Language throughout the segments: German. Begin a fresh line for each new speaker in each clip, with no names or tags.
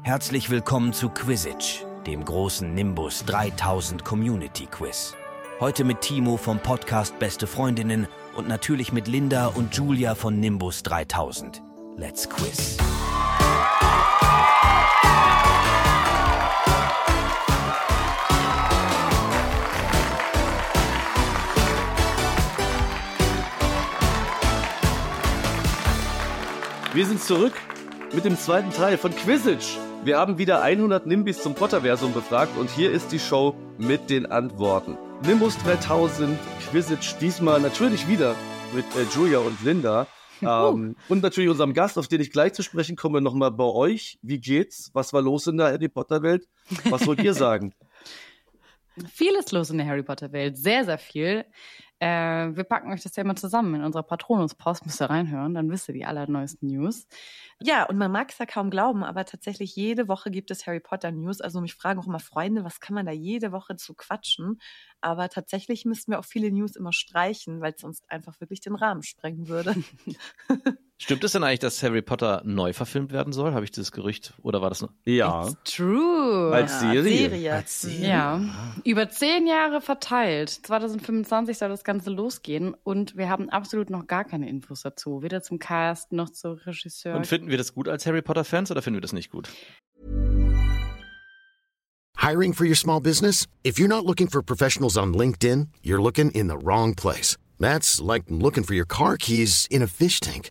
Herzlich willkommen zu Quizitch, dem großen Nimbus 3000 Community Quiz. Heute mit Timo vom Podcast Beste Freundinnen und natürlich mit Linda und Julia von Nimbus 3000. Let's quiz.
Wir sind zurück mit dem zweiten Teil von Quizage. Wir haben wieder 100 Nimbis zum Potterversum befragt und hier ist die Show mit den Antworten. Nimbus 3000, Quizage diesmal natürlich wieder mit äh, Julia und Linda. Ähm, Und natürlich unserem Gast, auf den ich gleich zu sprechen komme, nochmal bei euch. Wie geht's? Was war los in der Harry Potter Welt? Was wollt ihr sagen?
Viel ist los in der Harry Potter Welt, sehr, sehr viel. Äh, wir packen euch das ja immer zusammen in unserer Patronus-Post, müsst ihr reinhören, dann wisst ihr die allerneuesten News.
Ja, und man mag es ja kaum glauben, aber tatsächlich jede Woche gibt es Harry Potter News. Also mich fragen auch immer Freunde, was kann man da jede Woche zu quatschen? Aber tatsächlich müssten wir auch viele News immer streichen, weil es sonst einfach wirklich den Rahmen sprengen würde.
Stimmt es denn eigentlich, dass Harry Potter neu verfilmt werden soll? Habe ich dieses Gerücht? Oder war das nur?
Ja,
True.
als Serie.
Ja, über zehn Jahre verteilt. 2025 soll das Ganze losgehen und wir haben absolut noch gar keine Infos dazu. Weder zum Cast noch zu Regisseur.
Und finden wir das gut als Harry Potter-Fans oder finden wir das nicht gut?
Hiring for your small business? If you're not looking for professionals on LinkedIn, you're looking in the wrong place. That's like looking for your car keys in a fish tank.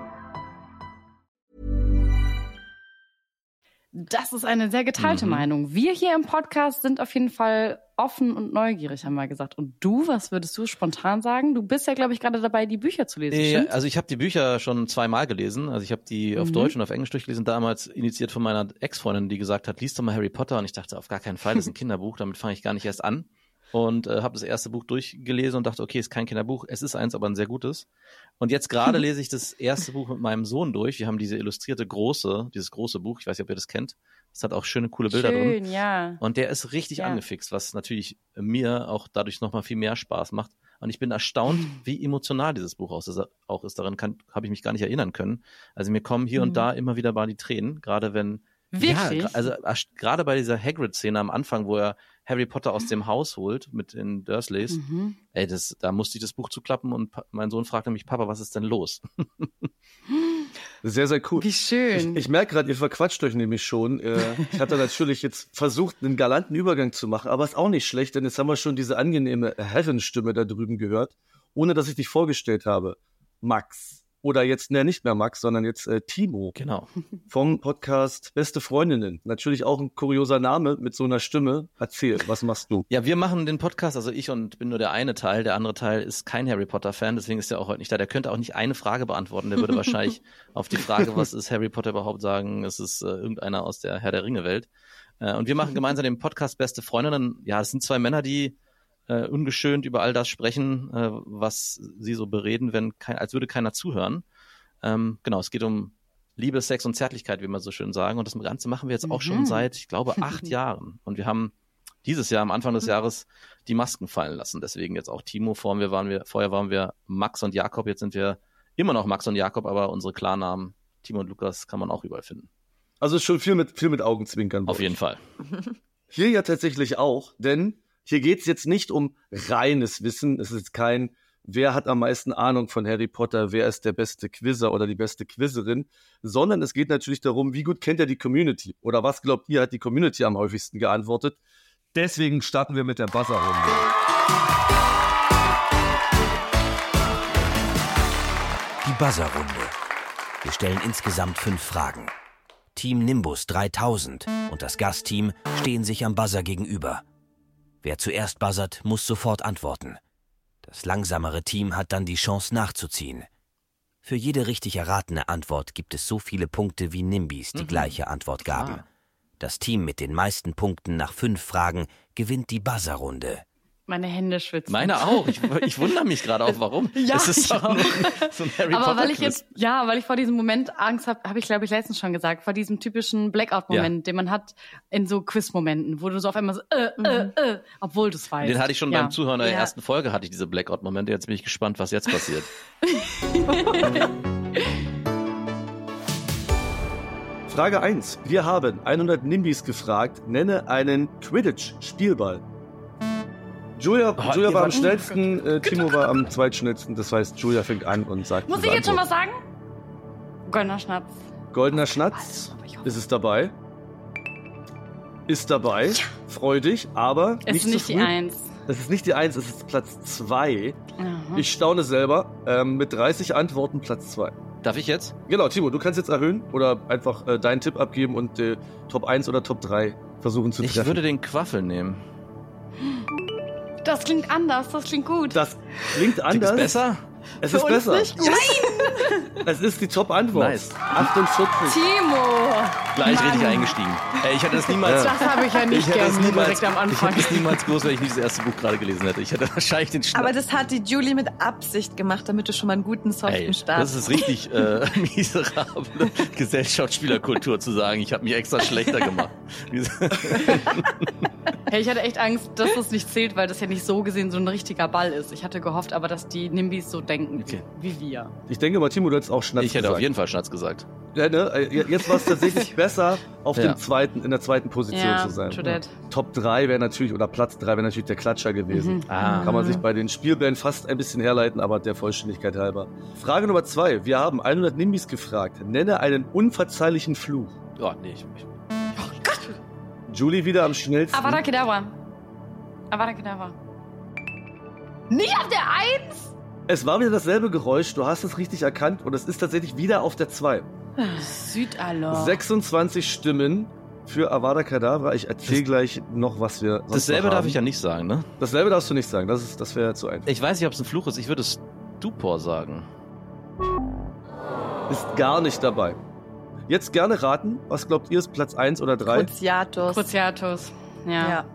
Das ist eine sehr geteilte
Mhm.
Meinung. Wir hier im Podcast sind auf jeden Fall offen und neugierig, haben wir gesagt. Und du, was würdest du spontan sagen? Du bist ja, glaube ich, gerade dabei, die Bücher zu lesen.
Äh,
stimmt's?
also ich habe die Bücher schon zweimal gelesen. Also ich habe die auf Deutsch und auf Englisch durchgelesen, damals initiiert von meiner Ex-Freundin, die gesagt hat, liest doch mal Harry Potter. Und ich dachte, auf gar keinen Fall, das ist ein Kinderbuch, damit fange ich gar nicht erst an. Und äh, habe das erste Buch durchgelesen und dachte, okay, ist kein Kinderbuch, es ist eins, aber ein sehr gutes. Und jetzt gerade lese ich das erste Buch mit meinem Sohn durch. Wir haben diese illustrierte große, dieses große Buch, ich weiß nicht, ob ihr das kennt. Es hat auch schöne, coole Bilder drin.
Schön, ja.
Und der ist richtig
Ja.
angefixt, was natürlich mir auch dadurch nochmal viel mehr Spaß macht. Und ich bin erstaunt, wie emotional dieses Buch aus- auch ist. Daran habe ich mich gar nicht erinnern können. Also mir kommen hier
Mhm.
und da immer wieder mal die Tränen, gerade wenn.
Wirklich?
Ja, gra- also erst- gerade bei dieser Hagrid-Szene am Anfang, wo er Harry Potter aus dem Haus holt mit den Dursleys.
Mhm.
Ey, das, da musste ich das Buch zuklappen und pa mein Sohn fragte mich, Papa, was ist denn los?
Sehr, sehr cool.
Wie schön.
Ich, ich merke gerade, ihr verquatscht euch nämlich schon. Äh, ich hatte natürlich jetzt versucht, einen galanten Übergang zu machen, aber ist auch nicht schlecht, denn jetzt haben wir schon diese angenehme Herrenstimme da drüben gehört, ohne dass ich dich vorgestellt habe. Max. Oder jetzt, ne, nicht mehr Max, sondern jetzt äh, Timo
Genau.
vom Podcast Beste Freundinnen. Natürlich auch ein kurioser Name mit so einer Stimme. Erzähl, was machst du?
Ja, wir machen den Podcast, also ich und bin nur der eine Teil, der andere Teil ist kein Harry Potter Fan, deswegen ist er auch heute nicht da. Der könnte auch nicht eine Frage beantworten, der würde wahrscheinlich auf die Frage, was ist Harry Potter überhaupt sagen, es ist äh, irgendeiner aus der Herr der Ringe Welt. Äh, und wir machen gemeinsam den Podcast Beste Freundinnen. Ja, es sind zwei Männer, die äh, ungeschönt über all das sprechen, äh, was sie so bereden, wenn kein, als würde keiner zuhören. Ähm, genau, es geht um Liebe, Sex und Zärtlichkeit, wie man so schön sagen. Und das Ganze machen wir jetzt auch schon
Mhm.
seit, ich glaube, acht Jahren. Und wir haben dieses Jahr, am Anfang des Jahres, die Masken fallen lassen. Deswegen jetzt auch Timo. Vorher wir waren wir, vorher waren wir Max und Jakob. Jetzt sind wir immer noch Max und Jakob, aber unsere Klarnamen Timo und Lukas kann man auch überall finden.
Also schon viel mit, viel mit Augenzwinkern.
Auf jeden Fall.
Hier ja tatsächlich auch, denn hier geht's jetzt nicht um reines Wissen. Es ist kein wer hat am meisten Ahnung von Harry Potter, wer ist der beste Quizzer oder die beste Quizzerin, sondern es geht natürlich darum, wie gut kennt er die Community oder was glaubt ihr, hat die Community am häufigsten geantwortet. Deswegen starten wir mit der Buzzer-Runde.
Die Buzzer-Runde. Wir stellen insgesamt fünf Fragen. Team Nimbus 3000 und das Gastteam stehen sich am Buzzer gegenüber. Wer zuerst buzzert, muss sofort antworten. Das langsamere Team hat dann die Chance nachzuziehen. Für jede richtig erratene Antwort gibt es so viele Punkte wie Nimbis, die gleiche Antwort gaben. Das Team mit den meisten Punkten nach fünf Fragen gewinnt die Buzzer-Runde.
Meine Hände schwitzen.
Meine auch. Ich, ich wundere mich gerade auch, warum.
Ja,
es ist
ich
doch
auch.
nur so ein Harry
Aber
Potter
weil ich
Quiz.
jetzt, ja, weil ich vor diesem Moment Angst habe, habe ich glaube ich letztens schon gesagt, vor diesem typischen Blackout-Moment, den man hat in so Quiz-Momenten, wo du so auf einmal so, äh, äh, äh, obwohl du es weißt.
Mhm. Den hatte ich schon
ja.
beim Zuhören der
Ja.
ersten Folge, hatte ich diese Blackout-Momente. Jetzt bin ich gespannt, was jetzt passiert.
Frage 1. Wir haben 100 Nimbis gefragt, nenne einen Quidditch-Spielball. Julia,
Oh,
Julia
ihr
war am
wart-
schnellsten, äh, Timo war am zweitschnellsten. Das heißt, Julia fängt an und sagt.
Muss
diese
ich jetzt schon
Antwort.
was sagen? Gönnerschnatz.
Goldener Schnatz.
Also, ich hoffe-
Ist es dabei? Ist dabei. Freudig, aber
Es
nicht,
ist nicht
zu
die
früh.
Eins.
Das ist nicht die Eins, es ist Platz 2.
Aha.
Ich staune selber. Ähm, mit 30 Antworten Platz 2.
Darf ich jetzt?
Genau, Timo, du kannst jetzt erhöhen oder einfach äh, deinen Tipp abgeben und äh, Top 1 oder Top 3 versuchen zu
Ich
treffen.
würde den Quaffel nehmen.
Das klingt anders, das klingt gut.
das klingt
Klingt es
anders.
besser?
Es
Für
ist
uns
besser.
nicht gut.
Es ist die Top-Antwort.
Nice.
48.
Timo!
Gleich
Mann.
richtig eingestiegen. Ey, ich hätte das niemals.
Das habe ich ja
Ich
nicht
hätte das
gern
niemals,
direkt am
ich hätte
Anfang.
das niemals gewusst, wenn ich nicht das erste Buch gerade gelesen hätte. Ich hätte wahrscheinlich den Schnaps.
Aber das hat die Julie mit Absicht gemacht, damit du schon mal einen guten, soften
Ey,
Start
das ist richtig äh, miserable Gesellschaftsspielerkultur zu sagen. Ich habe mich extra schlechter gemacht.
Hey, ich hatte echt Angst, dass das nicht zählt, weil das ja nicht so gesehen so ein richtiger Ball ist. Ich hatte gehofft, aber dass die Nimbis so denken
Okay.
wie, wie wir.
Ich denke mal, Timo, du hättest auch Schnatz
Ich hätte
gesagt.
auf jeden Fall Schnatz gesagt.
ja, ne? Äh, Jetzt war es tatsächlich besser, auf
Ja.
dem zweiten, in der zweiten Position
Ja,
zu sein.
true that.
Top 3 wäre natürlich, oder Platz 3 wäre natürlich der Klatscher gewesen.
Mhm.
Ah.
Kann man sich bei den Spielbällen fast ein bisschen herleiten, aber der Vollständigkeit halber. Frage Nummer 2. Wir haben 100 Nimbis gefragt. Nenne einen unverzeihlichen Fluch.
Ja, Oh, nee, ich, ich,
Julie wieder am schnellsten.
Avada Kedavra. Avada Kedavra. Nicht auf der Eins?
es war wieder dasselbe Geräusch, du hast es richtig erkannt und es ist tatsächlich wieder auf der 2.
Oh.
Südalor.
26 Stimmen für Avada Kedavra. Ich erzähle gleich noch, was wir sonst
dasselbe
noch
darf
haben.
ich ja nicht sagen, ne?
Dasselbe darfst du nicht sagen, das, ist- das wäre zu einfach.
Ich weiß nicht, ob es ein Fluch ist. Ich würde Stupor sagen.
Ist gar nicht dabei. Jetzt gerne raten, was glaubt ihr, ist Platz 1 oder 3?
Cruciatus.
Cruciatus. Ja. Ja.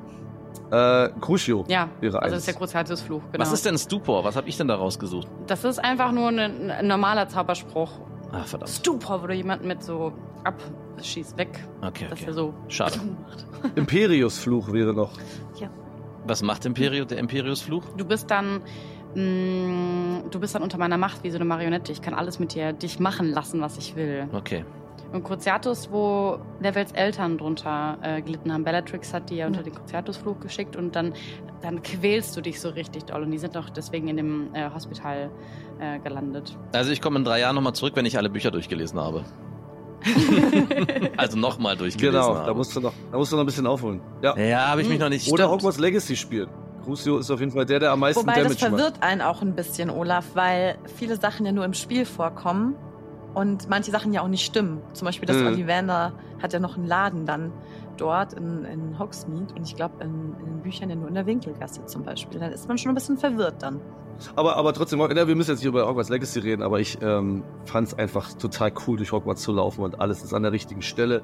Ja.
Äh, Crucio. Wäre
also
eins.
das ist der Cruciatus-Fluch, genau.
Was ist denn Stupor? Was habe ich denn da rausgesucht?
Das ist einfach nur ein, ein normaler Zauberspruch.
Ah, verdammt.
Stupor, wo du jemanden mit so abschießt, weg.
Okay,
Dass
okay.
er so
Schade.
macht.
Imperius-Fluch wäre noch.
Was macht Imperius, der Imperius-Fluch?
Du bist dann. mh, Du bist dann unter meiner Macht wie so eine Marionette. Ich kann alles mit dir, dich machen lassen, was ich will.
Okay.
Und Cruciatus, wo Nevils Eltern drunter äh, gelitten haben. Bellatrix hat die ja unter den Cruciatus-Fluch geschickt und dann, dann quälst du dich so richtig doll. Und die sind doch deswegen in dem äh, Hospital äh, gelandet.
Also ich komme in drei Jahren nochmal zurück, wenn ich alle Bücher durchgelesen habe. also nochmal durchgelesen
Genau,
habe.
da musst, du noch, da musst du noch ein bisschen aufholen. Ja.
ja, habe ich mich noch nicht.
Oder
stimmt.
Hogwarts Legacy spielen. Crucio ist auf jeden Fall der, der am meisten
Wobei das
Damage macht.
verwirrt einen auch ein bisschen, Olaf, weil viele Sachen ja nur im Spiel vorkommen und manche Sachen ja auch nicht stimmen. Zum Beispiel, dass
Mhm.
Ollivander hat ja noch einen Laden dann dort in, in Hogsmeade und ich glaube in, in den Büchern ja nur in der Winkelgasse zum Beispiel. Dann ist man schon ein bisschen verwirrt dann.
Aber, aber trotzdem, na, wir müssen jetzt nicht über Hogwarts Legacy reden, aber ich ähm, fand es einfach total cool, durch Hogwarts zu laufen und alles ist an der richtigen Stelle.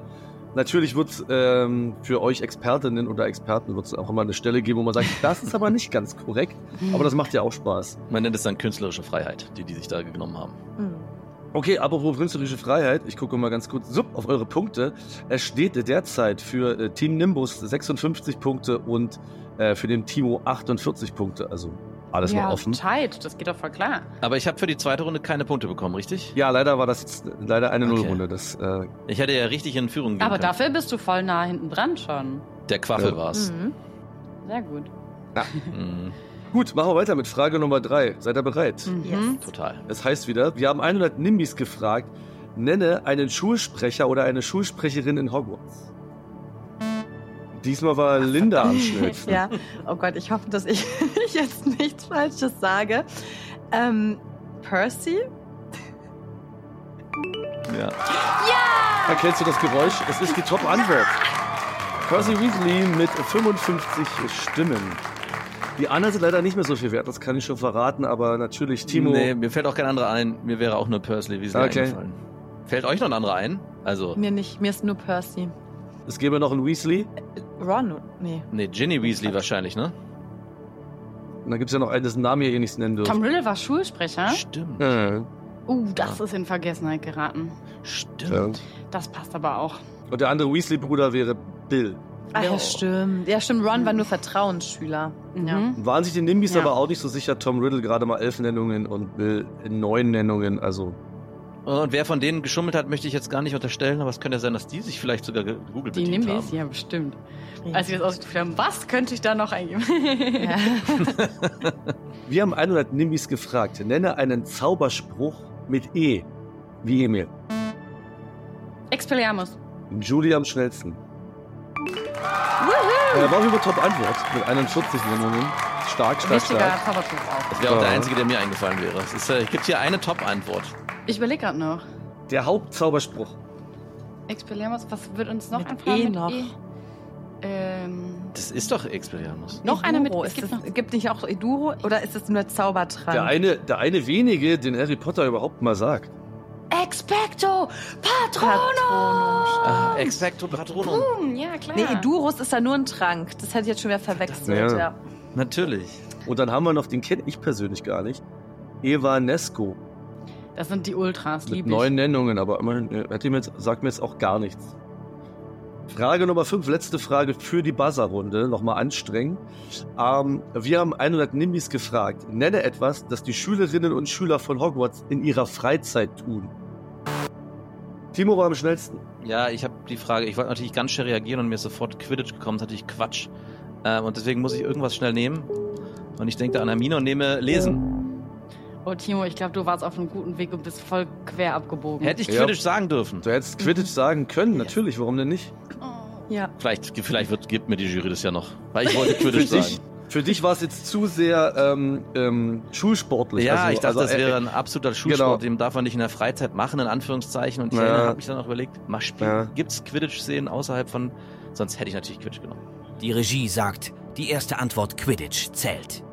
Natürlich wird ähm, für euch Expertinnen oder Experten wird es auch immer eine Stelle geben, wo man sagt, das ist aber nicht ganz korrekt, aber das macht ja auch Spaß.
Man nennt es dann künstlerische Freiheit, die die sich da genommen haben.
Mhm.
Okay, apropos künstlerische Freiheit, ich gucke mal ganz kurz sup, auf eure Punkte. Es steht derzeit für äh, Team Nimbus 56 Punkte und äh, für den Timo 48 Punkte. Also alles
ja,
noch offen.
Zeit, das geht doch voll klar.
Aber ich habe für die zweite Runde keine Punkte bekommen, richtig?
Ja, leider war das jetzt leider eine
Okay.
Nullrunde. Das äh,
Ich hätte ja richtig in Führung gehen
Aber
können.
dafür bist du voll nah hinten dran schon.
Der Quaffel
Ja.
war's.
Mhm.
Sehr gut.
Mhm.
Gut, machen wir weiter mit Frage Nummer drei. Seid ihr bereit?
Mhm.
Total.
Es heißt wieder, wir haben 100 Nimbys gefragt, nenne einen Schulsprecher oder eine Schulsprecherin in Hogwarts. Diesmal war Linda am schnellsten.
Ja, oh Gott, ich hoffe, dass ich jetzt nichts Falsches sage. Ähm, Percy?
Ja.
Erkennst du das Geräusch? Es ist die Top-Antwort. Percy Weasley mit 55 Stimmen. Die anderen sind leider nicht mehr so viel wert, das kann ich schon verraten, aber natürlich Timo.
Nee, mir fällt auch kein anderer ein. Mir wäre auch nur Persley Weasley
Okay.
eingefallen. Fällt euch noch ein anderer ein? Also,
Mir nicht, mir ist nur Percy.
Es gäbe noch einen Weasley.
Ron? Nee.
nee, Ginny Weasley wahrscheinlich, ne?
Und dann gibt es ja noch einen, dessen Namen hier ihr nicht nennen dürft.
Tom Riddle war Schulsprecher.
Stimmt.
Äh,
Uh, das ist in Vergessenheit geraten.
ja.
Stimmt.
Das passt aber auch.
Und der andere Weasley-Bruder wäre Bill.
Ah
Oh.
ja, stimmt. Ja, stimmt, Ron
Mhm.
war nur Vertrauensschüler. Ja.
Mhm.
Waren sich die Nimbys
Ja.
aber auch nicht so sicher. Tom Riddle gerade mal elf Nennungen und Bill neun Nennungen. Also
Und wer von denen geschummelt hat, möchte ich jetzt gar nicht unterstellen, aber es könnte ja sein, dass die sich vielleicht sogar ge- Google
Die
bedient
Nimbys?
haben.
Ja, bestimmt. Als wir das ausgeführt haben, was könnte ich da noch eingeben?
Ja.
wir haben 100 Nimbys gefragt. Nenne einen Zauberspruch mit E. Wie Emil.
Expelliarmus.
Julie am schnellsten. Äh, Er war über Top-Antwort mit 41 Nennungen. Stark, stark,
Wichtiger
stark.
Zauberspruch auch.
Das wäre auch der
Ja.
einzige, der mir eingefallen wäre. Es ist, äh, gibt hier eine Top-Antwort.
Ich überlege gerade noch.
Der Hauptzauberspruch.
Expelliarmus, was wird uns noch
Mit
einfallen?
E noch.
Ähm,
Das ist doch Expelliarmus.
noch einer mit.
Eduro.
Es gibt
Ist
noch.
es, gibt nicht auch Eduro oder ist es nur Zaubertrank?
Der eine, der eine wenige, den Harry Potter überhaupt mal sagt.
Expecto
Patronum.
Patronum!
Ah, Expecto Patronum.
Boom, ja klar.
Nee, Edurus ist ja nur ein Trank. Das hätte ich jetzt schon wieder verwechselt.
Ja.
Ja.
Natürlich.
Und dann haben wir noch, den kenne ich persönlich gar nicht. Evanesco
Das sind die Ultras,
mit
lieb ich.
neun Nennungen, aber immerhin äh, hat ihm jetzt, sagt mir jetzt auch gar nichts. Frage Nummer 5, letzte Frage für die Buzzer-Runde, nochmal anstrengend. Ähm, wir haben 100 Nimbys gefragt, nenne etwas, das die Schülerinnen und Schüler von Hogwarts in ihrer Freizeit tun. Timo war am schnellsten.
Ja, ich habe die Frage, ich wollte natürlich ganz schnell reagieren und mir ist sofort Quidditch gekommen, das ist natürlich Quatsch. Ähm, und deswegen muss ich irgendwas schnell nehmen. Und ich denke da an Hermine und nehme Lesen.
Oh, Timo, ich glaube, du warst auf einem guten Weg und bist voll quer abgebogen.
Hätte ich
Ja.
Quidditch sagen dürfen.
Du hättest Quidditch
Mhm.
sagen können, natürlich, warum denn nicht?
Oh.
ja.
Vielleicht, vielleicht wird, gibt mir die Jury das ja noch. Weil ich wollte Quidditch
Für dich,
sagen.
für dich war es jetzt zu sehr ähm, ähm, schulsportlich.
Ja,
also,
ich dachte,
also,
das
äh,
wäre ein absoluter Schulsport,
genau.
den darf man nicht in der Freizeit machen, in Anführungszeichen. Und ich
Ja.
habe mich dann auch überlegt, mach Spiel.
Ja.
Gibt's Quidditch-Szenen außerhalb von. Sonst hätte ich natürlich Quidditch genommen.
Die Regie sagt, die erste Antwort Quidditch zählt.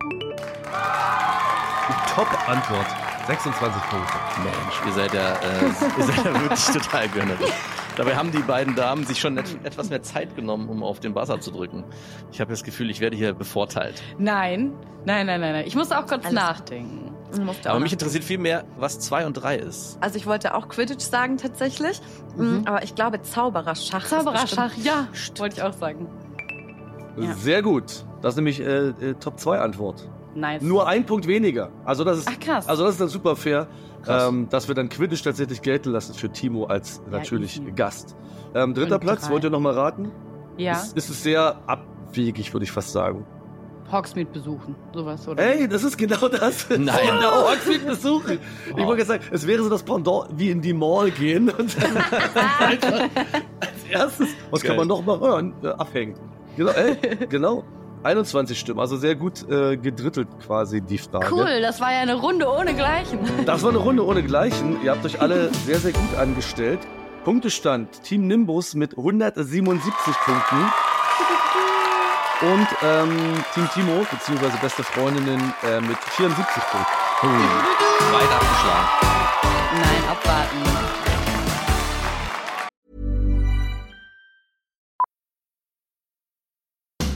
Top-Antwort. 26 Punkte.
Mensch, ihr seid ja, äh, ihr seid ja wirklich total gönnerisch. Dabei haben die beiden Damen sich schon et etwas mehr Zeit genommen, um auf den Buzzer zu drücken. Ich habe das Gefühl, ich werde hier bevorteilt.
Nein, nein, nein, nein, nein. Ich musste auch kurz
Alles-
nachdenken.
Das musste
Aber
auch
mich
noch.
interessiert viel mehr, was zwei und drei ist.
also ich wollte auch Quidditch sagen tatsächlich, mm,
Mhm.
aber ich glaube Zaubererschach. ist
Zaubererschach, ja,
Stimmt.
wollte ich auch sagen. Ja.
Sehr gut. Das ist nämlich äh, äh, Top-2-Antwort.
Nice.
Nur ein Punkt weniger. Also das ist,
Ach, krass.
Also das ist dann super fair,
Krass.
ähm, dass wir dann Quidditch tatsächlich gelten lassen für Timo als natürlich
easy.
Gast. Ähm, dritter
Und
Platz,
drei.
wollt ihr nochmal raten?
ja,
Ist, ist es sehr abwegig, würde ich fast sagen.
Hogsmeade besuchen, sowas, oder?
Ey, das ist genau das.
Nein.
genau, Oxford besuchen. Ich wollte gerade sagen, es wäre so das Pendant wie in die Mall gehen und dann einfach als erstes, was kann man
Geil.
noch mal hören, äh, abhängen. Genau, ey, genau. 21 Stimmen, also sehr gut äh, gedrittelt quasi die Frage.
Cool, das war ja eine Runde ohne Gleichen.
Das war eine Runde ohne Gleichen. Ihr habt euch alle sehr, sehr gut angestellt. Punktestand: Team Nimbus mit 177 Punkten. Und ähm, Team Timo, beziehungsweise beste Freundinnen, äh, mit 74 Punkten.
Weit abgeschlagen.
Nein, abwarten.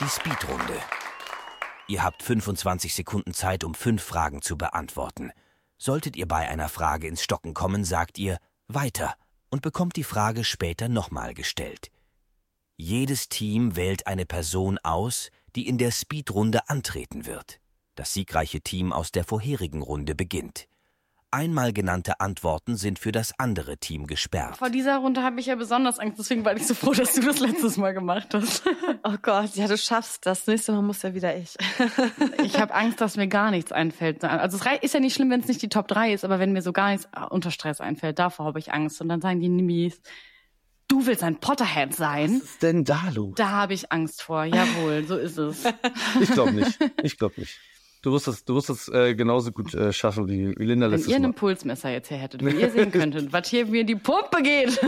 Die die Speedrunde. Ihr habt 25 Sekunden Zeit, um fünf Fragen zu beantworten. Solltet ihr bei einer Frage ins Stocken kommen, sagt ihr weiter und bekommt die Frage später nochmal gestellt. Jedes Team wählt eine Person aus, die in der Speedrunde antreten wird. Das siegreiche Team aus der vorherigen Runde beginnt. Einmal genannte Antworten sind für das andere Team gesperrt.
Vor dieser Runde habe ich ja besonders Angst, deswegen war ich so froh, dass du das letztes Mal gemacht hast.
Oh Gott, ja, du schaffst das. Nächstes Mal muss ja wieder ich.
Ich habe Angst, dass mir gar nichts einfällt. Also es rei- ist ja nicht schlimm, wenn es nicht die Top 3 ist, aber wenn mir so gar nichts ah, unter Stress einfällt, davor habe ich Angst. Und dann sagen die Nimis, du willst ein Potterhead sein?
Was ist denn da los?
Da habe ich Angst vor. Jawohl, so ist es.
Ich glaube nicht. Ich glaube nicht. Du wirst das, du wirst das äh, genauso gut äh, schaffen wie wie Linda
Wenn
letztes
ihr ein
Mal.
Impulsmesser jetzt hier hättet, wenn ihr sehen könntet, was hier mir die Pumpe geht.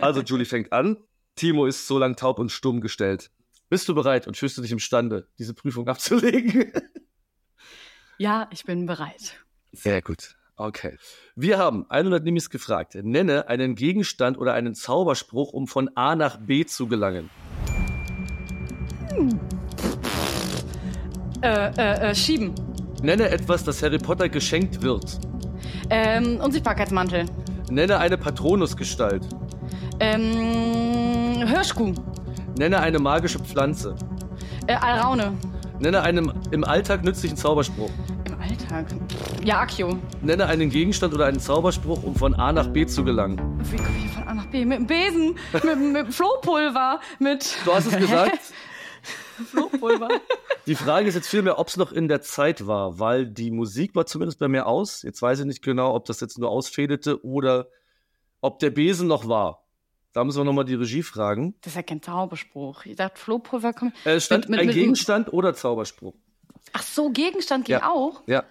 Also Julie fängt an. Timo ist so lang taub und stumm gestellt. Bist du bereit und fühlst du dich imstande, diese Prüfung abzulegen?
Ja, ich bin bereit.
Sehr gut. Okay. Wir haben 100 Nimis gefragt. Nenne einen Gegenstand oder einen Zauberspruch, um von A nach B zu gelangen.
Äh, äh, äh, schieben.
Nenne etwas, das Harry Potter geschenkt wird.
Ähm, Unsichtbarkeitsmantel.
Nenne eine Patronusgestalt.
Ähm, Hirschkuh.
Nenne eine magische Pflanze.
Äh, Alraune.
Nenne einen im Alltag nützlichen Zauberspruch.
Im Alltag. Ja, Akio.
Nenne einen Gegenstand oder einen Zauberspruch, um von A nach B zu gelangen.
Wie komme ich von A nach B? Mit dem Besen, mit, mit Flohpulver, mit
Du hast es gesagt.
Flohpulver.
Die Frage ist jetzt vielmehr, ob es noch in der Zeit war, weil die Musik war zumindest bei mir aus. Jetzt weiß ich nicht genau, ob das jetzt nur ausfädelte oder ob der Besen noch war. Da müssen wir nochmal die Regie fragen.
Das ist ja kein Zauberspruch. Ich dachte, Flohpulver kommt.
Äh, es stand
Mit- mit-
ein
mit-
Gegenstand oder Zauberspruch?
Ach so, Gegenstand ging
Ja.
auch.
Ja,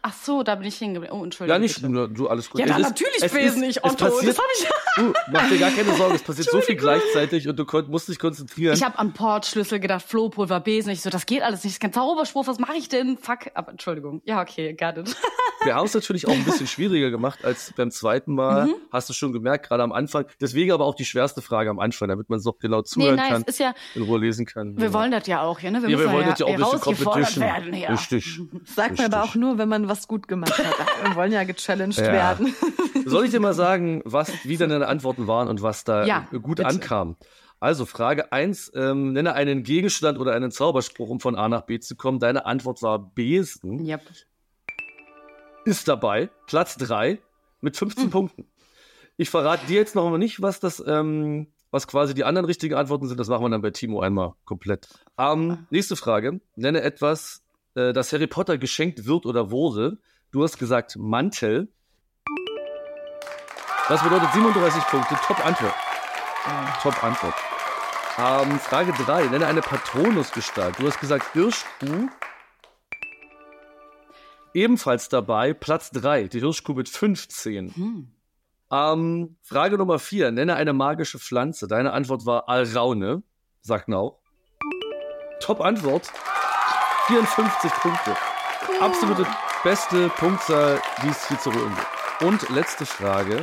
Ach so, da bin ich hingeblieben. Oh, Entschuldigung.
ja nicht nur, du, alles gut.
Ja,
Es
dann
ist-
natürlich
es
Besen,
ist-
ich
es
Otto.
passiert-
Das habe ich
Du, mach dir gar keine Sorgen, es passiert so viel gleichzeitig und du kon- musst dich konzentrieren.
Ich habe an Portschlüssel gedacht, Flohpulver, Besen. Ich so, das geht alles nicht. Das ist kein Zauberspruch. Was mache ich denn? Fuck. Aber Entschuldigung. Ja, okay, got it.
Wir haben es natürlich auch ein bisschen schwieriger gemacht als beim zweiten Mal.
Mhm.
Hast du schon gemerkt, gerade am Anfang. Deswegen aber auch die schwerste Frage am Anfang, damit man es noch genau
Nee,
zuhören
nice.
kann,
Ist ja,
in Ruhe lesen kann.
wir wollen das ja auch hier, ne? Wir
ja,
müssen
wir wollen
ja,
jetzt ja auch ein bisschen
herausgefordert
Competition.
werden hier.
Richtig.
Sag mir aber auch nur, wenn man was gut gemacht hat. Wir wollen ja gechallenged
Ja.
werden.
Soll ich dir mal sagen, was, wie deine Antworten waren und was da
Ja,
äh, gut
bitte.
ankam? Also Frage eins: ähm, nenne einen Gegenstand oder einen Zauberspruch, um von A nach B zu kommen. Deine Antwort war Besen.
Yep.
ist dabei, Platz 3 mit 15 Punkten. Ich verrate dir jetzt noch mal nicht, was das, ähm, was quasi die anderen richtigen Antworten sind. Das machen wir dann bei Timo einmal komplett. Ähm, nächste Frage. Nenne etwas, äh, das Harry Potter geschenkt wird oder wurde. Du hast gesagt Mantel. Das bedeutet 37 Punkte. Top Antwort. Top Antwort. Ähm, Frage 3. Nenne eine Patronusgestalt. Du hast gesagt Hirschkuh. Ebenfalls dabei Platz 3, die Hirschkuh mit 15.
Hm.
Ähm, Frage Nummer 4, nenne eine magische Pflanze. Deine Antwort war Alraune, sagt Nau. Top Antwort, 54 Punkte. Absolute beste Punktzahl, die es hier zu holen gibt. Und letzte Frage,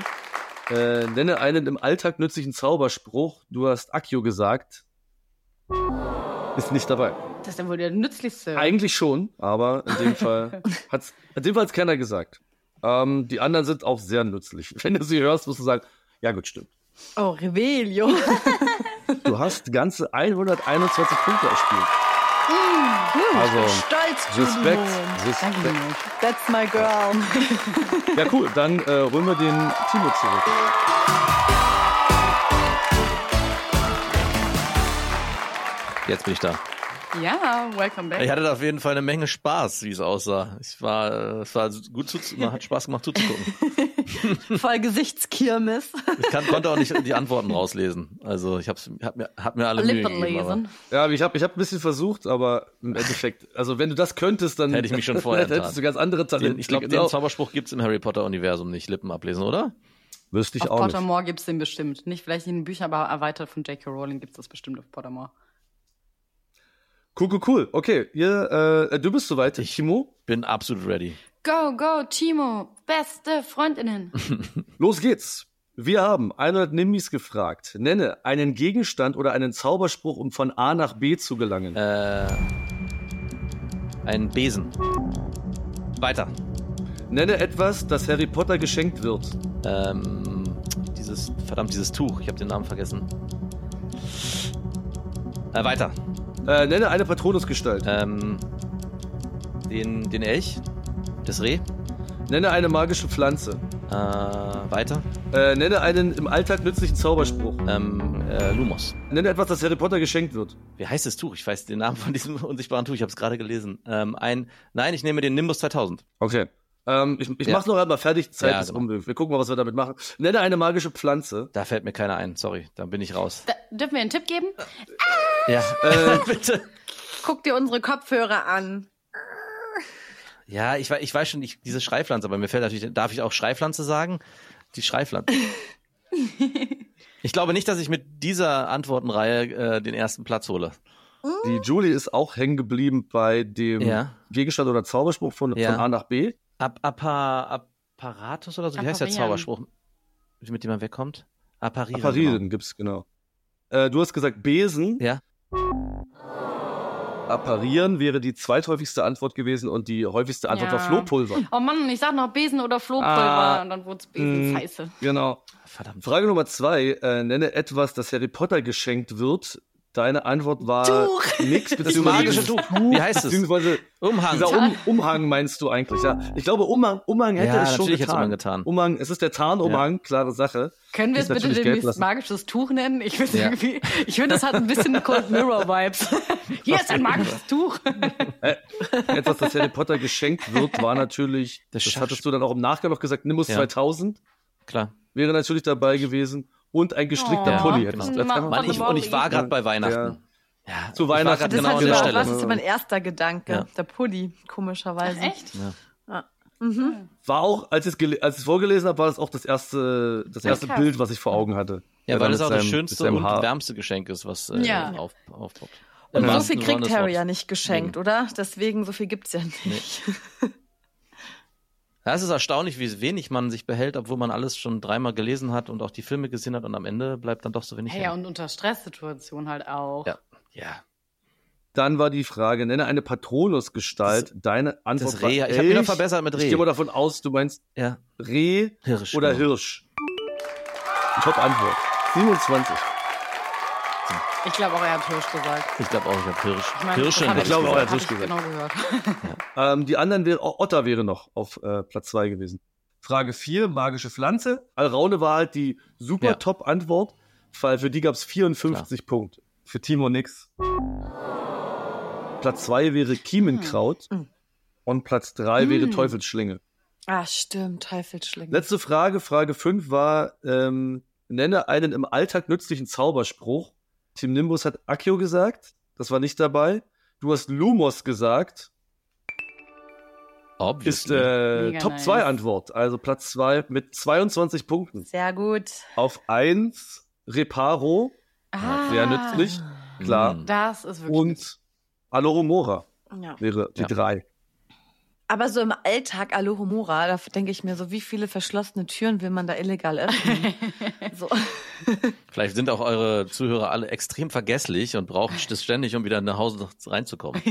äh, nenne einen im Alltag nützlichen Zauberspruch. Du hast Akio gesagt. Ist nicht dabei.
Das ist dann wohl der nützlichste.
Eigentlich schon, aber in dem Fall hat's, in dem Fall hat's keiner gesagt. Ähm, die anderen sind auch sehr nützlich. Wenn du sie hörst, musst du sagen, ja gut, stimmt.
Oh, Revelio.
Du hast ganze 121 Punkte erspielt.
Hm,
Also,
Stolz,
Respekt,
Julian.
Danke,
Respekt.
Nils.
That's my girl.
Ja, cool, dann äh, rühren wir den Timo zurück.
Jetzt bin ich da.
Ja, welcome back.
Ich hatte da auf jeden Fall eine Menge Spaß, wie es aussah. Ich war, äh, es war gut zuzugucken, hat Spaß gemacht zuzugucken.
Voll Gesichtskirmes.
Ich kann, konnte auch nicht die Antworten rauslesen. Also ich hab's, hab mir, hab mir alle Mühe
Lippen
gegeben, aber
lesen.
Ja, ich habe ich hab ein bisschen versucht, aber im Endeffekt, also wenn du das könntest, dann
Hätte ich mich schon vorher
dann hättest
getan.
du ganz andere Talente. Genau.
den, ich glaube, den Zauberspruch gibt's im Harry Potter Universum nicht, Lippen ablesen, oder?
Wüsste ich
auf
auch nicht.
Pottermore gibt's den bestimmt. Nicht vielleicht in den Büchern, aber erweitert von J.K. Rowling gibt's das bestimmt auf Pottermore.
Cool, cool, cool. Okay, ihr, äh, du bist soweit, Timo.
Bin absolut ready.
Go, go, Timo, beste Freundinnen.
Los geht's. Wir haben 100 Nimbis gefragt. Nenne einen Gegenstand oder einen Zauberspruch, um von A nach B zu gelangen.
Äh, ein Besen. Weiter.
Nenne etwas, das Harry Potter geschenkt wird.
Ähm, dieses, verdammt, dieses Tuch. Ich habe den Namen vergessen. Äh, weiter.
Äh, nenne eine Patronusgestalt.
Ähm, den, den Elch. Das Reh.
Nenne eine magische Pflanze.
Äh, weiter.
Äh, nenne einen im Alltag nützlichen Zauberspruch.
Ähm, äh, Lumos.
Nenne etwas, das Harry Potter geschenkt wird.
Wie heißt das Tuch? Ich weiß den Namen von diesem unsichtbaren Tuch. Ich habe es gerade gelesen. Ähm, ein, nein, ich nehme den Nimbus 2000.
Okay. Ähm, ich ich
Ja.
mach's noch einmal fertig. Zeit
Ja,
ist
genau.
um. Wir gucken mal, was wir damit machen. Nenne eine magische Pflanze.
Da fällt mir keiner ein. Sorry, dann bin ich raus.
Da, dürfen wir einen Tipp geben?
Ja, bitte.
Guck dir unsere Kopfhörer an.
Ja, ich, wei- ich weiß schon, ich, diese Schreipflanze, aber mir fällt natürlich, darf ich auch Schreipflanze sagen? Die Schreipflanze. ich glaube nicht, dass ich mit dieser Antwortenreihe äh, den ersten Platz hole.
Die Julie ist auch hängen geblieben bei dem
Ja.
Gegenstand oder Zauberspruch von,
Ja.
von A nach B.
Ab, appa, apparatus oder so? Wie heißt der
Apparieren.
Zauberspruch? Mit dem man wegkommt? Apparieren.
Apparieren
genau.
gibt's, genau. Äh, du hast gesagt Besen.
Ja.
Apparieren wäre die zweithäufigste Antwort gewesen und die häufigste Antwort
Ja.
war Flohpulver.
Oh Mann, ich sag noch Besen oder Flohpulver
Ah,
und dann wurde es Besen.
mm.
Scheiße.
Genau.
Verdammt.
Frage Nummer zwei. Äh, nenne etwas, das Harry Potter geschenkt wird. Deine Antwort war
Tuch.
nix,
Das magische Tuch. Wie heißt es?
Beziehungsweise
Umhang.
dieser um Umhang meinst du eigentlich, ja. Ich glaube, Umhang, Umhang hätte
Ja,
es schon
natürlich hätte es
getan.
Umhang getan.
Umhang, es ist der Tarnumhang, klare Sache.
Können wir
Ist
es bitte
natürlich gelb
demnächst
lassen.
magisches Tuch nennen? Ich finde,
Ja.
irgendwie, ich finde, das hat ein bisschen Cold Mirror Vibes. Hier ist ein magisches Tuch.
Etwas, das Harry Potter geschenkt wird, war natürlich,
Das
das,
Schach-
hattest du dann auch im Nachgang noch gesagt, Nimbus
Ja.
2000
Klar.
wäre natürlich dabei gewesen und ein gestrickter
Ja,
Pulli.
genau.
hättest du. Einfach mal-
Mann, ich, und ich war gerade bei Weihnachten. Ja,
Zu
ich war
Weihnachten.
grad
Das
Genau
genau
hat
an der
überhaupt-
Stelle.
was ist mein erster Gedanke?
Ja.
Der Pulli, komischerweise.
Echt?
Mhm.
War auch, als ich es gele- als ich's vorgelesen habe, war das auch das erste, das
Ja.
erste
Krass.
Bild, was ich vor Augen hatte.
Ja,
Der
weil
da
es
mit
auch das
seinem- mit
schönste
seinem
und
Haar-
wärmste Geschenk ist, was äh,
Ja.
auf, aufpoppt.
Und
Im
so
wahrsten
viel
Sinne
kriegt
des
Harry ja
Wortes.
nicht geschenkt, oder? Deswegen, so viel gibt's ja nicht.
Ja, es ist erstaunlich, wie wenig man sich behält, obwohl man alles schon dreimal gelesen hat und auch die Filme gesehen hat und am Ende bleibt dann doch so wenig.
Hey, ja,
hängen.
und unter Stresssituationen halt auch.
ja. ja.
Dann war die Frage, nenne eine Patronusgestalt, deine Antwort
Das
war
Reh, ja. ich habe wieder
Elch.
verbessert mit
Ich
Reh.
gehe mal davon aus, du meinst
Ja,
Reh
Hirsch.
oder
genau.
Hirsch. Top-Antwort. 27.
Ich glaube auch, er hat Hirsch gesagt.
Ich glaube auch, ich habe Hirsch.
Ich meine,
Hirsch
das hab
ich glaube auch, er hat
hab
Hirsch
ich Genau gehört.
Ähm, die anderen wäre, Otter wäre noch auf äh, Platz 2 gewesen. Frage 4, magische Pflanze. Alraune war halt die super
Ja.
Top-Antwort, weil für die gab es 54 Punkte. Für Timo nix. Platz 2 wäre Kiemenkraut
Hm.
und Platz 3 wäre
Hm.
Teufelsschlinge.
Ah, stimmt, Teufelsschlinge.
Letzte Frage, Frage 5 war, ähm, nenne einen im Alltag nützlichen Zauberspruch. Tim Nimbus hat Accio gesagt, das war nicht dabei. Du hast Lumos gesagt ist
Obviously.
äh,
Mega
Top
nice.
2 Antwort. Also Platz 2 mit 22 Punkten.
Sehr gut.
Auf 1 Reparo,
Ah,
sehr nützlich, klar.
Mhm.
Das ist wirklich.
Und Aloromora
Ja.
wäre die
Ja.
3.
Aber so im Alltag Alohomora, da denke ich mir so, wie viele verschlossene Türen will man da illegal öffnen? so.
Vielleicht sind auch eure Zuhörer alle extrem vergesslich und brauchen das ständig, um wieder nach Hause reinzukommen.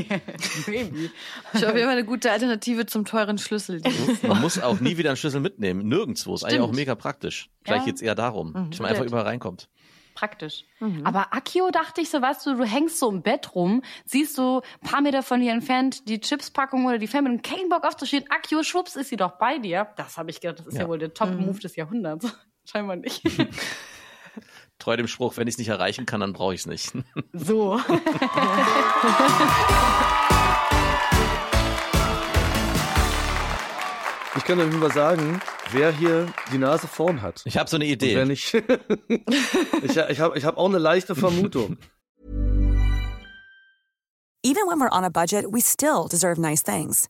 Baby.
Ich habe immer eine gute Alternative zum teuren Schlüssel.
Man muss auch nie wieder einen Schlüssel mitnehmen. Nirgendwo. Ist eigentlich auch
Stimmt.
mega praktisch. Vielleicht
Ja. Mhm.
geht's eher darum, dass man einfach
Stimmt.
überall reinkommt.
Praktisch. Aber Akio dachte ich so, weißt du, du hängst so im Bett rum, siehst so ein paar Meter von dir entfernt die Chipspackung oder die Family und keinen Bock aufzustehen. Akio, schwupps, ist sie doch bei dir. Das habe ich gedacht, das ist ja, Mhm.
Ja.
wohl der Top-Move des Jahrhunderts. Scheinbar nicht.
Treu dem Spruch, wenn ich es nicht erreichen kann, dann brauche ich es nicht.
so.
Ich kann euch nur mal sagen, wer hier die Nase vorn hat.
Ich habe so eine Idee.
Wenn ich ich äh, ich habe ich hab auch eine leichte Vermutung.
Even when we're on a budget, we still deserve nice things.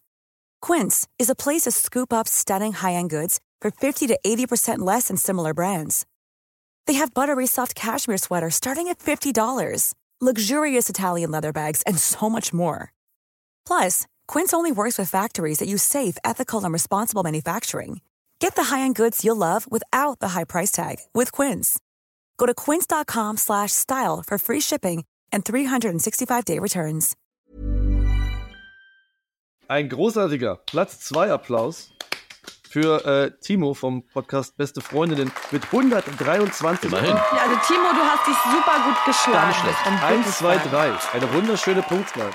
Quince is a place to scoop up stunning high-end goods for 50 to 80% less than similar brands. They have buttery soft cashmere sweaters starting at $50, luxurious Italian leather bags, and so much more. Plus, Quince only works with factories that use safe, ethical, and responsible manufacturing. Get the high-end goods you'll love without the high price tag with Quince. Go to quince.com slash style for free shipping and 365-day returns.
Ein großartiger Platz 2 Applaus für äh, Timo vom Podcast Beste Freundinnen mit 123.
Immerhin.
Ja, also Timo, du hast dich super gut geschlagen.
Gar nicht schlecht.
Und wirklich
1, 2,
stark.
3. Eine wunderschöne Punktzahl.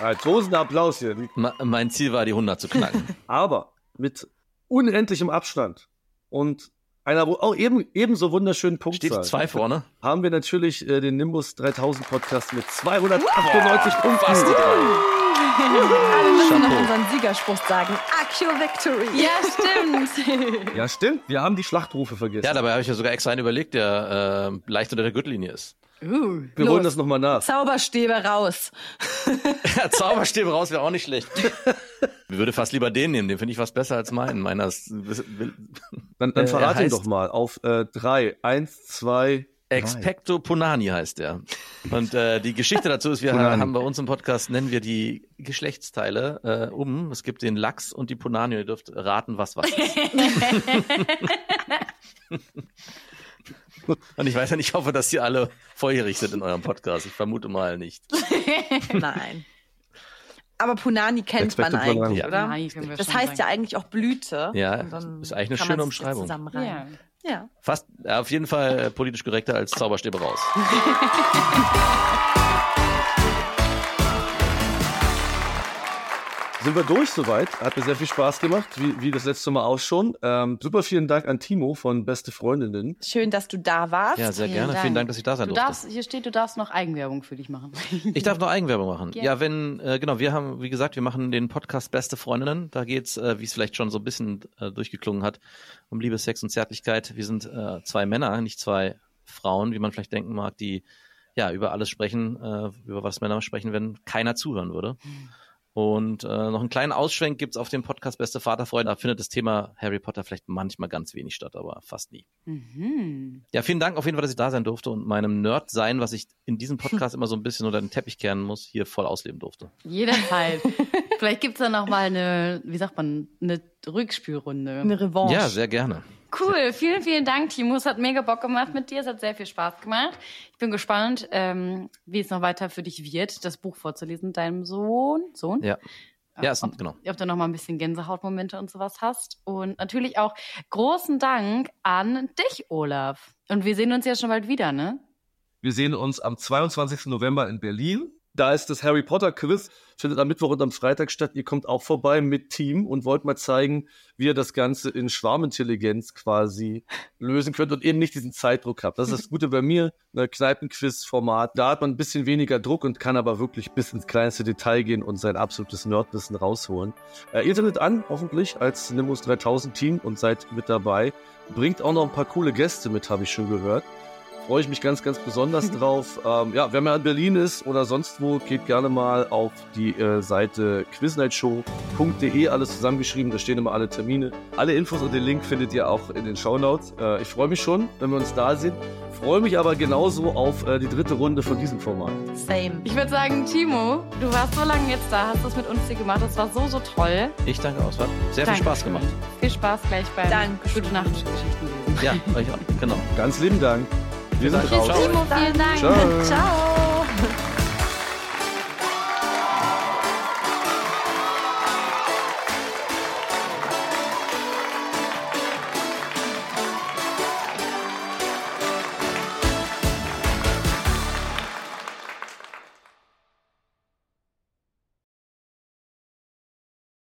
Ein tosender Applaus hier.
Ma- Mein Ziel war, die 100 zu knacken.
aber mit unendlichem Abstand und einer wo- auch eben, ebenso wunderschönen Punktzahl
Steht zwei vorne.
haben wir natürlich äh, den Nimbus 3000 Podcast mit 298 Punkten.
Wir müssen noch
Chapeau.
unseren Siegerspruch sagen. Accio Victory.
Ja, stimmt.
Ja, stimmt. Wir haben die Schlachtrufe vergessen.
Ja, dabei habe ich ja sogar extra einen überlegt, der äh, leicht unter der Gürtellinie ist.
Uh,
wir holen das nochmal nach.
Zauberstäbe raus.
Ja, Zauberstäbe raus wäre auch nicht schlecht. Ich würde fast lieber den nehmen, den finde ich fast besser als meinen. Meiner ist
Dann, dann
Äh, er
verrate ihn
heißt-
doch mal auf äh, 3, 1, 2,
Expecto Punani heißt der. Und äh, die Geschichte dazu ist, wir
Punani.
haben bei uns im Podcast, nennen wir die Geschlechtsteile äh, um. Es gibt den Lachs und die Punani. Ihr dürft raten, was was ist. und ich weiß ja nicht, ich hoffe, dass ihr alle volljährig sind in eurem Podcast. Ich vermute mal nicht.
Nein. Aber Punani kennt man
Expecto Punani.
eigentlich,
Ja.
oder?
Nein, können wir
Das
schon
heißt ja
sagen.
eigentlich auch Blüte.
Ja,
Und dann
ist eigentlich eine
kann
schöne
man das
Umschreibung.
ja.
Zusammenreimen. Ja.
Fast, äh, auf jeden Fall äh, politisch korrekter als Zauberstäbe raus.
Sind wir durch soweit? Hat mir sehr viel Spaß gemacht, wie, wie das letzte Mal auch schon. Ähm, super vielen Dank an Timo von Beste Freundinnen.
Schön, dass du da warst.
Ja, sehr
Vielen
gerne.
Dank.
Vielen Dank, dass ich da sein
Du
durfte.
darfst, hier steht, du darfst noch Eigenwerbung für dich machen.
Ich darf noch Eigenwerbung machen.
Gerne.
Ja, wenn, äh, genau, wir haben, wie gesagt, wir machen den Podcast Beste Freundinnen. Da geht's, äh, wie es vielleicht schon so ein bisschen äh, durchgeklungen hat, um Liebe, Sex und Zärtlichkeit. Wir sind äh, zwei Männer, nicht zwei Frauen, wie man vielleicht denken mag, die ja über alles sprechen, äh, über was Männer sprechen, wenn keiner zuhören würde. Und äh, noch einen kleinen Ausschwenk gibt's auf dem Podcast Beste Vaterfreunde. Da findet das Thema Harry Potter vielleicht manchmal ganz wenig statt, aber fast nie.
Mhm.
Ja, vielen Dank auf jeden Fall, dass ich da sein durfte und meinem Nerd sein, was ich in diesem Podcast immer so ein bisschen unter den Teppich kehren muss, hier voll ausleben durfte.
Jederzeit. Vielleicht gibt es da nochmal eine, wie sagt man, eine Rückspielrunde.
Eine Revanche.
Ja, sehr gerne.
Cool, vielen, vielen Dank, Timo. Es hat mega Bock gemacht mit dir. Es hat sehr viel Spaß gemacht. Ich bin gespannt, ähm, wie es noch weiter für dich wird, das Buch vorzulesen, deinem Sohn. Sohn?
Ja. Ja, ist,
ob,
genau.
ob du noch mal ein bisschen Gänsehautmomente und sowas hast. Und natürlich auch großen Dank an dich, Olaf. Und wir sehen uns ja schon bald wieder, ne?
Wir sehen uns am 22. November in Berlin. Da ist das Harry Potter Quiz, findet am Mittwoch und am Freitag statt. Ihr kommt auch vorbei mit Team und wollt mal zeigen, wie ihr das Ganze in Schwarmintelligenz quasi lösen könnt und eben nicht diesen Zeitdruck habt. Das ist das Gute bei mir, ne, Kneipenquiz-Format. Da hat man ein bisschen weniger Druck und kann aber wirklich bis ins kleinste Detail gehen und sein absolutes Nerdwissen rausholen. Äh, ihr tritt an, hoffentlich, als Nimbus 3000 Team und seid mit dabei. Bringt auch noch ein paar coole Gäste mit, habe ich schon gehört. Freue ich mich ganz, ganz besonders drauf. Ähm, ja, wenn man in Berlin ist oder sonst wo, geht gerne mal auf die äh, Seite quiznightshow.de, alles zusammengeschrieben, da stehen immer alle Termine. Alle Infos und den Link findet ihr auch in den Shownotes. Äh, ich freue mich schon, wenn wir uns da sehen. Freue mich aber genauso auf äh, die dritte Runde von diesem Format.
Same.
Ich würde sagen, Timo, du warst so lange jetzt da, hast das mit uns hier gemacht. Das war so, so toll.
Ich danke auch. Es hat sehr viel Spaß
Dankeschön.
gemacht.
Viel Spaß gleich beim
Dankeschön.
Gute Nacht Geschichten lesen.
Ja, euch auch. Genau.
Ganz lieben Dank. Wir sind
Tschüss,
raus.
ciao.
Timo, vielen Dank.
Ciao.
Ciao.